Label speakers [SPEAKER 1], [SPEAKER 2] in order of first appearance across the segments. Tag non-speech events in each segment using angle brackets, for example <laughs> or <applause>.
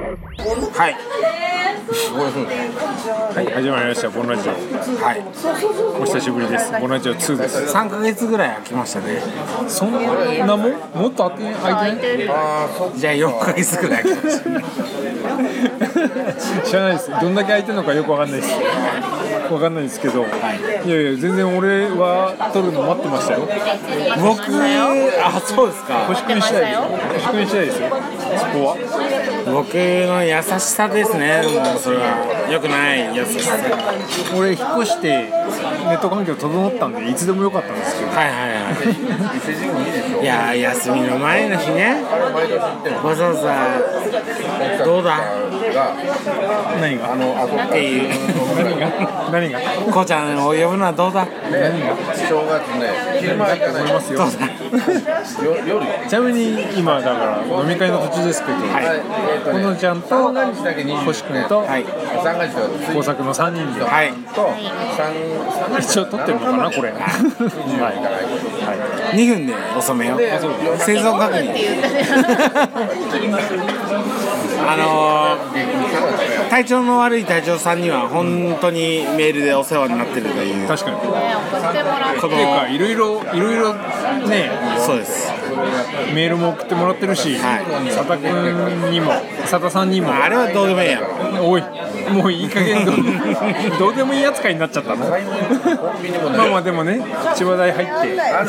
[SPEAKER 1] はい
[SPEAKER 2] はい、始まりました、ボンラジオ。
[SPEAKER 1] はい
[SPEAKER 2] お久しぶりです。ボンラジオ2です。
[SPEAKER 1] 3ヶ月ぐらい空きましたね
[SPEAKER 2] そんなもんもっと開いて開いてない
[SPEAKER 1] じゃあ4ヶ月ぐらい空きました
[SPEAKER 2] 知らないです。どんだけ開いてるのかよくわかんないです。わかんないですけど、い、やいや、全然俺は撮るの待ってましたよ。
[SPEAKER 1] 僕あそうですか
[SPEAKER 2] 星君次第ですよ。星君次第ですよ。そこは。
[SPEAKER 1] 僕の優しさですねもうそれは良くない優しさはい
[SPEAKER 2] 俺、引っ越して、ネット環境整ったんで、いつでもよかったんですけど。
[SPEAKER 1] はいはいいやー休みの前の日ねわざわざどうだ
[SPEAKER 2] 何が
[SPEAKER 1] っていう
[SPEAKER 2] 何が何が
[SPEAKER 1] こうちゃんを呼ぶのはどうだ
[SPEAKER 2] 何が
[SPEAKER 3] 正月ね、昼間行かない
[SPEAKER 2] いますよ
[SPEAKER 1] ど。うだ
[SPEAKER 3] よ夜、はい、
[SPEAKER 2] ちなみに今だから飲み会の途中ですけど、
[SPEAKER 1] はい
[SPEAKER 3] えっ、と
[SPEAKER 2] この
[SPEAKER 3] ね、
[SPEAKER 2] ちゃんと
[SPEAKER 3] 三が日だけ20
[SPEAKER 2] 星君と
[SPEAKER 1] はい
[SPEAKER 3] 三が日だけ
[SPEAKER 2] 工作の3人で
[SPEAKER 1] はい
[SPEAKER 3] と三三
[SPEAKER 2] 一応撮ってるのかなこれは
[SPEAKER 1] 2分で収めよう生存確認あのー体調の悪い隊長さんには本当にメールでお世話になってるという
[SPEAKER 2] い確かにっ
[SPEAKER 4] 送ってもらって
[SPEAKER 1] こ
[SPEAKER 2] ていうか
[SPEAKER 1] の
[SPEAKER 2] いろいろいろいろね
[SPEAKER 1] そうです
[SPEAKER 2] メールも送ってもらってるし
[SPEAKER 1] はい
[SPEAKER 2] 佐田君にも佐田さんにも
[SPEAKER 1] まああれはどうでもいいや
[SPEAKER 2] おいもう <laughs> いい加減どうどうでもいい扱いになっちゃったのまあまあでもね千葉大入って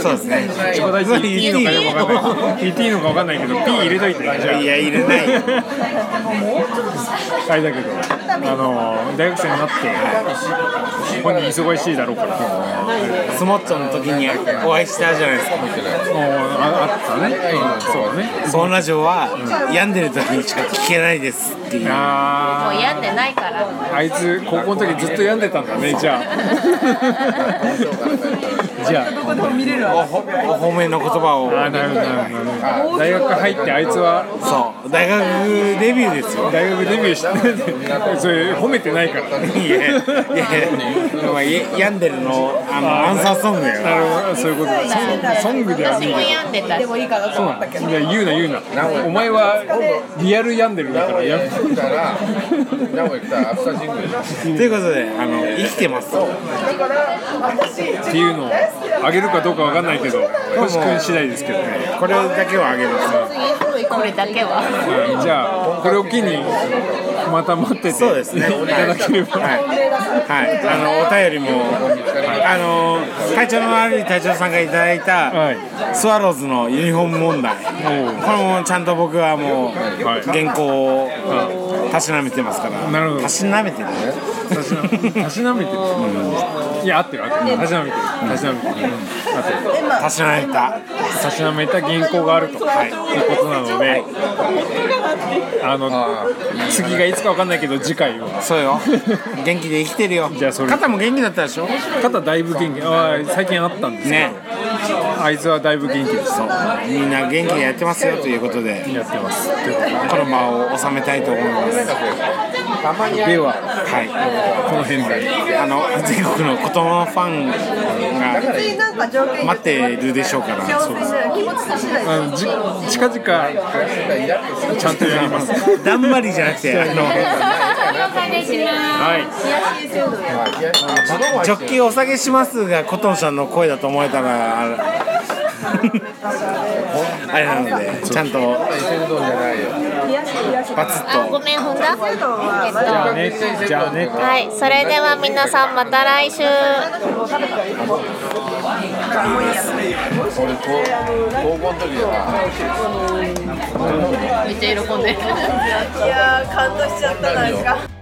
[SPEAKER 1] そうですね
[SPEAKER 2] 千葉大って言っていいのかよくわかん
[SPEAKER 1] <laughs>
[SPEAKER 2] ない言っていいのかわかんないけど P 入れといてじゃあ
[SPEAKER 1] いや入れない
[SPEAKER 2] あれだけど、あの大学生になって、本人忙しいだろうから、もう
[SPEAKER 1] スモッチョの時にお会いしたじゃないですか
[SPEAKER 2] ああったね、うんそうね、
[SPEAKER 1] そのラジオは病んでる時にしか聞けないですっていう
[SPEAKER 2] あ
[SPEAKER 4] もう病んでないから
[SPEAKER 2] ーあいつ、高校の時ずっと病んでたんだね、じゃ <laughs> あ、じゃあ、
[SPEAKER 1] おほお褒めの言葉を
[SPEAKER 2] あなるほど、なるほどなるほど、大学入って、あいつは
[SPEAKER 1] そう大学デビューですよ
[SPEAKER 2] 大学デビューして、それ、褒めてないから。
[SPEAKER 1] いやいや、まあ、や病んでるの、あの、アンサーソングや
[SPEAKER 2] なるほどそういうことだソンソングではね
[SPEAKER 4] 私
[SPEAKER 2] え
[SPEAKER 4] も病んでたし
[SPEAKER 2] そうなんだいや言うな言うなお前はリアル病んでるんだからやめ
[SPEAKER 3] 行ったら名古屋行ったらアフター神宮
[SPEAKER 1] ということで、あの、生きてます。
[SPEAKER 2] っていうのをあげるかどうかわかんないけど星君次第ですけどね、
[SPEAKER 1] これだけはあげます。
[SPEAKER 4] これだけは <laughs>
[SPEAKER 2] うんじゃあこれを機にまた待ってて
[SPEAKER 1] そうですね。はい
[SPEAKER 2] ただければ、
[SPEAKER 1] い、はい、あの、お便りも、あの、隊長の悪い隊長さんがいただい
[SPEAKER 2] は
[SPEAKER 1] た。スワローズのユニフォーム問題。
[SPEAKER 2] おう
[SPEAKER 1] これもちゃんと僕はもう、
[SPEAKER 2] はい
[SPEAKER 1] 原稿を。たしなめてますから。
[SPEAKER 2] なるほど
[SPEAKER 1] たしなめてる。
[SPEAKER 2] たしなたしなめてる、いや合ってる合ってるたしなめてるたしなめてる、合ってる
[SPEAKER 1] たしなめた。
[SPEAKER 2] たしなめた原稿があると、い、うことなので、あの次がいつかわかんないけど次回は
[SPEAKER 1] そうよ。元気で生きてるよ。
[SPEAKER 2] じゃあそれ
[SPEAKER 1] 肩も元気だったでしょ
[SPEAKER 2] 肩だいぶ元気あー最近あったんですけど、
[SPEAKER 1] ね。
[SPEAKER 2] あいつはだいぶ元気です
[SPEAKER 1] そうみんな元気にやってますよということで
[SPEAKER 2] やってますということ
[SPEAKER 1] この場を収めたいと思います
[SPEAKER 2] ででは
[SPEAKER 1] は
[SPEAKER 2] この辺で
[SPEAKER 1] いあの全国の子供ファンが待ってるでしょうから
[SPEAKER 2] あのじ近々ちゃんとやります。
[SPEAKER 1] だんまりじゃなくてあの
[SPEAKER 2] はい。
[SPEAKER 1] ジョッキーお下げしますがコトンさんの声だ
[SPEAKER 2] <laughs>
[SPEAKER 1] と思えたらあのあれなのでちゃんとバツッ
[SPEAKER 4] あ
[SPEAKER 1] と
[SPEAKER 4] ごめん踏んだえっと
[SPEAKER 2] じゃあ
[SPEAKER 4] は
[SPEAKER 2] ね、じゃあね。
[SPEAKER 4] いそれでは皆さんまた来週
[SPEAKER 3] 俺高高校の時だな
[SPEAKER 4] めっちゃ喜んでる
[SPEAKER 5] いやー感動しちゃったなんか。